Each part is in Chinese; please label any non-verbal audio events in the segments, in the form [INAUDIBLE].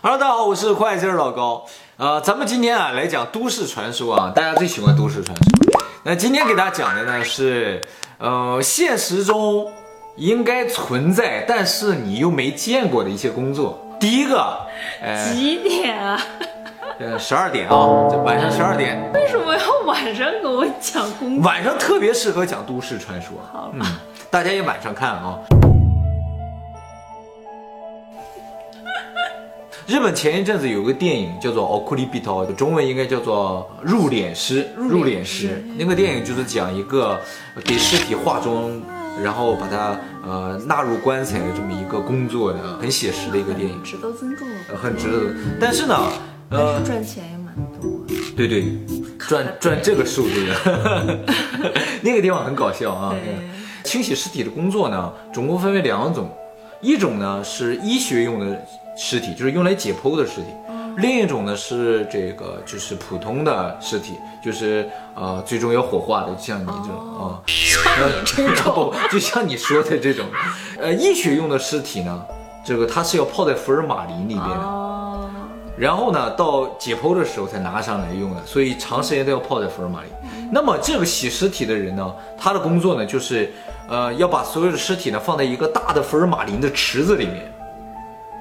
Hello，大家好，我是会计师老高。呃，咱们今天啊来讲都市传说啊，大家最喜欢都市传说。那今天给大家讲的呢是，呃，现实中应该存在，但是你又没见过的一些工作。第一个，呃，几点啊？ [LAUGHS] 呃，十二点啊，这晚上十二点，为什么要晚上跟我讲工作？晚上特别适合讲都市传说。好吧嗯，大家也晚上看啊。日本前一阵子有个电影叫做《奥库里比头》，中文应该叫做《入殓师》。入殓殓师师那个电影就是讲一个呃给尸体化妆，嗯然后把它呃纳入棺材的这么一个工作的，很写实的一个电影， [LAUGHS] 值得尊重啊的，呃很值得。但是呢，呃，赚钱也蛮多的。对对，赚赚这个数字的，那个地方很搞笑啊。对清洗尸体的工作呢，总共分为两种，一种呢是医学用的尸体，就是用来解剖的尸体；另一种呢是这个就是普通的尸体，就是呃最终要火化的，就像你这种啊。然后就像你说的这种，呃，医学用的尸体呢，这个它是要泡在福尔马林里面的。哦，然后呢，到解剖的时候才拿上来用的，所以长时间都要泡在福尔马林。那么这个洗尸体的人呢，他的工作呢就是，呃，要把所有的尸体呢放在一个大的福尔马林的池子里面，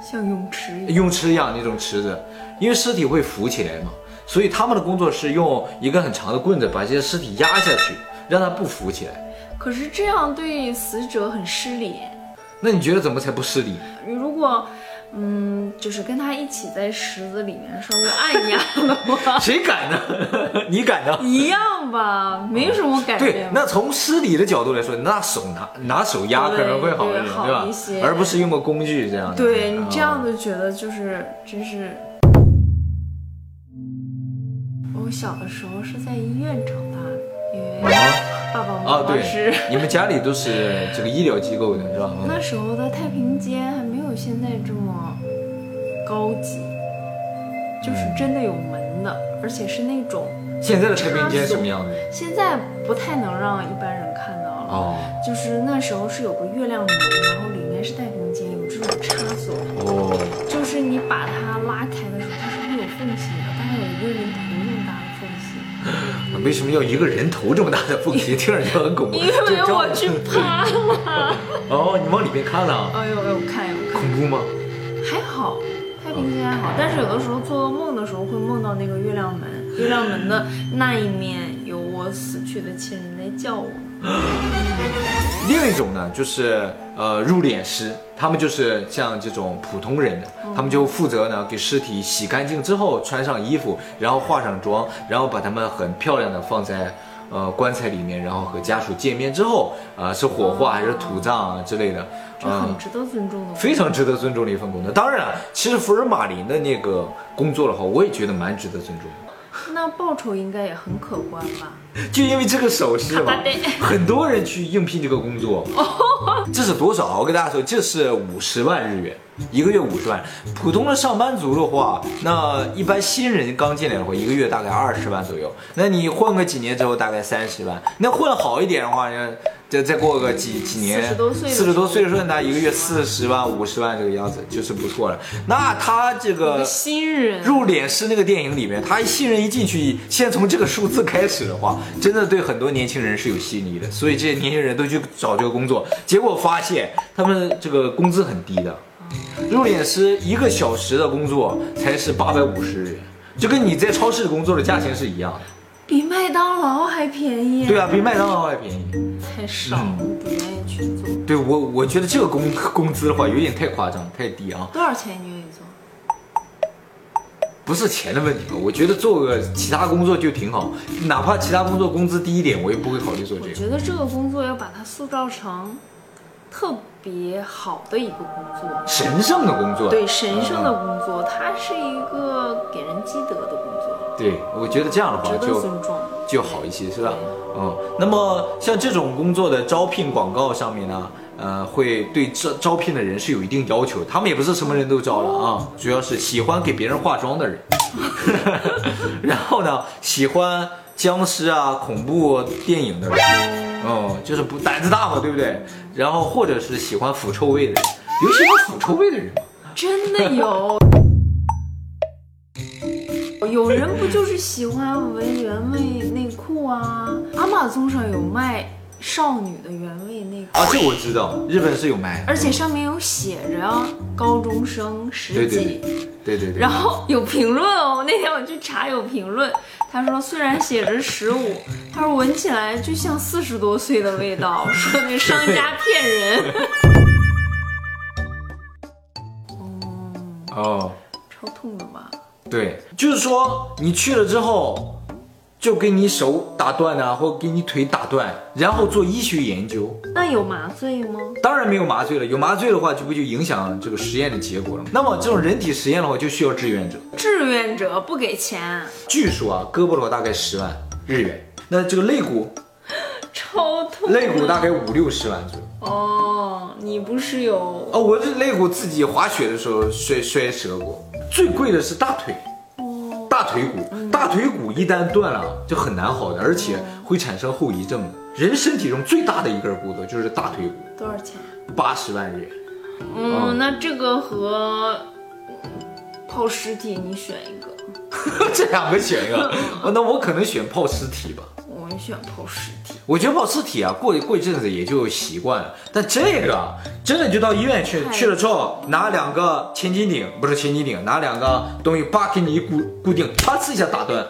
像泳池一样。泳池一样那种池子，因为尸体会浮起来嘛，所以他们的工作是用一根很长的棍子把这些尸体压下去，让它不浮起来。可是这样对死者很失礼。那你觉得怎么才不失礼？你如果，嗯，就是跟他一起在池子里面稍微按压的 [LAUGHS] 话，谁敢呢？你敢呢？ [LAUGHS] 一样吧，没什么改对变，。那从尸体的角度来说，拿手拿拿手压可能会好一点，对好一对些吧？而不是用个工具这样的。对你啊这样就觉得就是真是。我小的时候是在医院长大的，因为爸爸妈啊，妈是、 [LAUGHS] 对，你们家里都是这个医疗机构的，是吧？那时候的太平间还没有现在这么高级，就是嗯真的有门的，而且是那种现在的太平间什么样子？现在不太能让一般人看到了。哦就是那时候是有个月亮门，然后里面是太平间，有这种插锁。哦，就是你把它拉开的时候，它是会有缝隙的，大概有一个人头那么大的缝隙。为什么要一个人头这么大的缝隙？ [LAUGHS] 听着就很恐怖。因为就这样我去趴了。 [LAUGHS] [LAUGHS] 哦，你往里面看了，哎呦哎呦，看有看，恐怖吗？还好，太平间还好。但是有的时候做噩梦的时候会梦到那个月亮门，月亮门的那一面有我死去的亲人在叫我。另一种呢，就是呃入殓师，他们就是像这种普通人的，他们就负责呢给尸体洗干净之后穿上衣服，然后化上妆，然后把他们很漂亮的放在呃棺材里面，然后和家属见面之后，呃是火化还是土葬啊之类的，这嗯、很值得尊重的。非常值得尊重的一份工作。当然，啊其实福尔马林的那个工作的话，我也觉得蛮值得尊重的。那报酬应该也很可观吧？就因为这个手势嘛卡巴爹，很多人去应聘这个工作。这是多少啊？我跟大家说，这是五十万日元，一个月五十万。普通的上班族的话，那一般新人刚进来的话，一个月大概二十万左右。那你混个几年之后，大概三十万。那混好一点的话，呢，再再过个几几年， 40多岁的时候四十多岁的时候，那一个月四十万、五十万这个样子就是不错了。那他这个新人入殓师那个电影里面，他新人一进去，先从这个数字开始的话，真的对很多年轻人是有吸引力的。所以这些年轻人都去找这个工作，结果发现他们这个工资很低的。入殓师一个小时的工作才是八百五十日元，就跟你在超市工作的价钱是一样的。比麦当劳还便宜，对啊，比麦当劳还便宜。太少了，我不愿意去做。对我，我觉得这个工 [LAUGHS] 工资的话有点太夸张，太低啊。多少钱你愿意做？不是钱的问题吧？我觉得做个其他工作就挺好，哪怕其他工作工资低一点，我也不会考虑做这我个。觉得这个工作要把它塑造成特别好的一个工作，神圣的工作。对神圣的工作，它是一个给人积德的工作，对，我觉得这样的话值得啊就尊重。就好一些，是吧？嗯，那么像这种工作的招聘广告上面呢，呃，会对招招聘的人是有一定要求，他们也不是什么人都招了哦啊，主要是喜欢给别人化妆的 [LAUGHS] 人，然后呢，喜欢僵尸啊、恐怖电影的人，嗯，就是不胆子大嘛，对不对？然后或者是喜欢腐臭味的人，有喜欢腐臭味的人吗？真的有， [LAUGHS] 有人不就是喜欢闻原味内裤啊？阿玛宗上有卖少女的原味内裤，啊，这我知道，日本是有卖的，而且上面有写着高中生对十对几对，对对对，然后有评论哦，那天我去查有评论，他说虽然写着十五，他说闻起来就像四十多岁的味道，说明商家骗人。 [LAUGHS] 哦，超痛的吧？对，就是说你去了之后，就给你手打断啊，或给你腿打断，然后做医学研究。那有麻醉吗？当然没有麻醉了，有麻醉的话，这不就影响这个实验的结果了吗？那么这种人体实验的话，就需要志愿者。志愿者不给钱，据说啊，胳膊的话大概十万日元，那这个肋骨超痛。肋骨大概五六十万左右。哦，你不是有哦，我这肋骨自己滑雪的时候摔摔折过，最贵的是大腿，大腿骨，大腿骨一旦断了就很难好的，而且会产生后遗症的。人身体中最大的一根骨头就是大腿骨，多少钱？八十万日元。 [LAUGHS] 嗯，那这个和泡尸体你选一个，这两个选一个，哦那我可能选泡尸体吧。我选泡尸体。我觉得泡尸体啊，过过一阵子也就习惯了。但这个啊真的就到医院去太去了之后，拿两个千斤顶，不是千斤顶，拿两个东西叭给你一固固定，啪呲一下打断，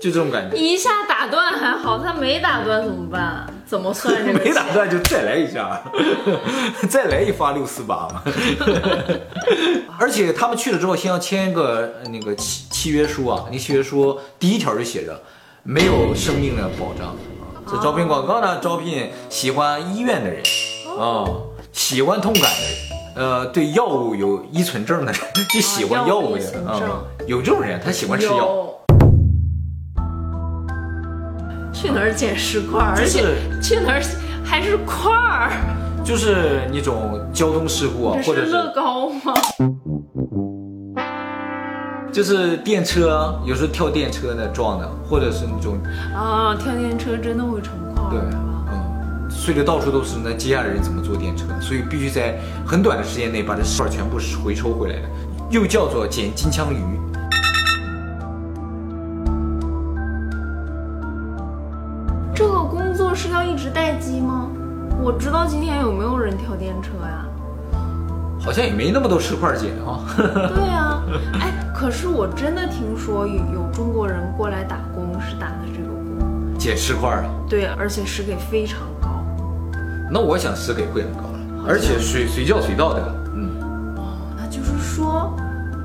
就这种感觉。一下打断还好，他没打断怎么办？怎么算这个？ [LAUGHS] 没打。断就再来一 [LAUGHS] 下，再来一发六四八嘛。而且他们去了之后，先要签一个呃那个契契约书啊，那契约书第一条就写着没有生命的保障。啊这招聘广告呢，招聘喜欢医院的人哦啊、喜欢痛感的人。呃，对药物有依存症的人，就喜欢啊药药物物依的人存啊、症有这种人，他喜欢吃药。有。去哪儿捡石块儿？而就是且去哪儿还是块儿？就是那种交通事故啊这，或者是是乐高吗？就是电车，有时候跳电车的撞的，或者是那种啊，跳电车真的会成块对儿，啊！嗯，碎的到处都是，那接下来人怎么坐电车？所以必须在很短的时间内把这石块全部回收回来的，又叫做捡金枪鱼。这个工作是要一直待机吗？我知道今天有没有人跳电车呀？ [LAUGHS] 好像也没那么多石块捡啊， [LAUGHS] 对啊，哎，可是我真的听说有有中国人过来打工是打的这个工，捡石块啊。对，而且是给非常高。哦那我想石给会很高了，而且随随叫随到的了。嗯，那就是说，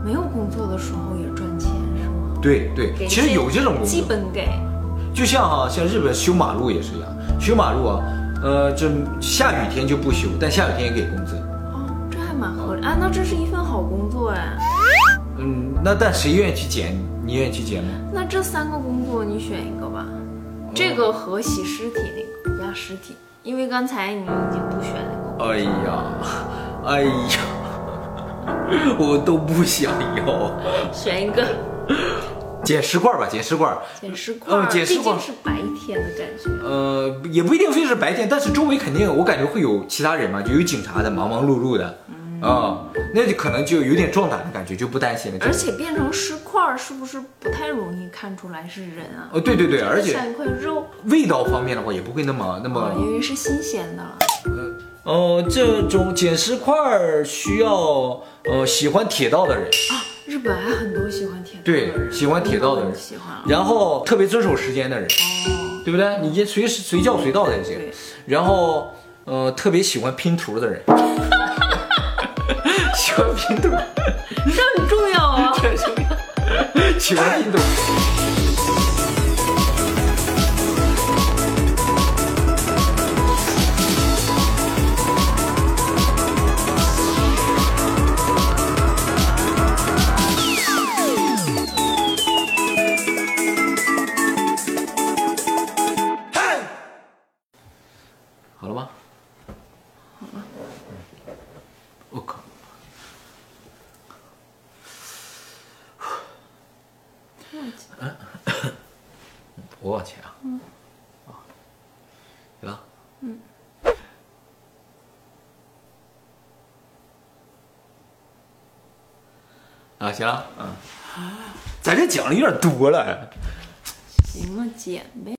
没有工作的时候也赚钱是吗？对对，给一些其实有这种工基作，本给，就就像哈、像日本修马路也是一样，修马路啊，呃，这下雨天就不修，但下雨天也给工资。哦，这还蛮合理啊。那这是一份好工作哎。嗯，那但谁愿意去捡？你愿意去捡吗？那这三个工作你选一个吧，这哦个和洗尸体那个压尸体，因为刚才你已经不选那个。哎呀， [LAUGHS] 哎呀， [LAUGHS] 我都不想要。选一个捡石块吧，捡石块。捡尸块儿，嗯捡尸块儿毕竟是白天的感觉。呃，也不一定非是白天，但是周围肯定我感觉会有其他人嘛，就有警察的，忙忙碌碌的，啊、那就可能就有点壮胆的感觉，就不担心了。就而且变成尸块儿是不是不太容易看出来是人啊？哦，对对对，而且嗯像一块肉，味道方面的话，也不会那么那么。哦因为是新鲜的了。呃，这种捡石块儿需要呃喜欢铁道的人，啊，日本还很多喜欢铁道的对人，喜欢铁道的人我都喜欢啊。然后特别遵守时间的人，哦，对不对？你就随时随叫随到的这个对，然后呃特别喜欢拼图的人， [LAUGHS] 喜欢拼图，这很重 [LAUGHS] 要啊。喜欢拼图。好了吗？好了。我靠！我往前啊。嗯。啊，行。啊，啊，行了，嗯，咱这讲的有点多了。行了，剪呗。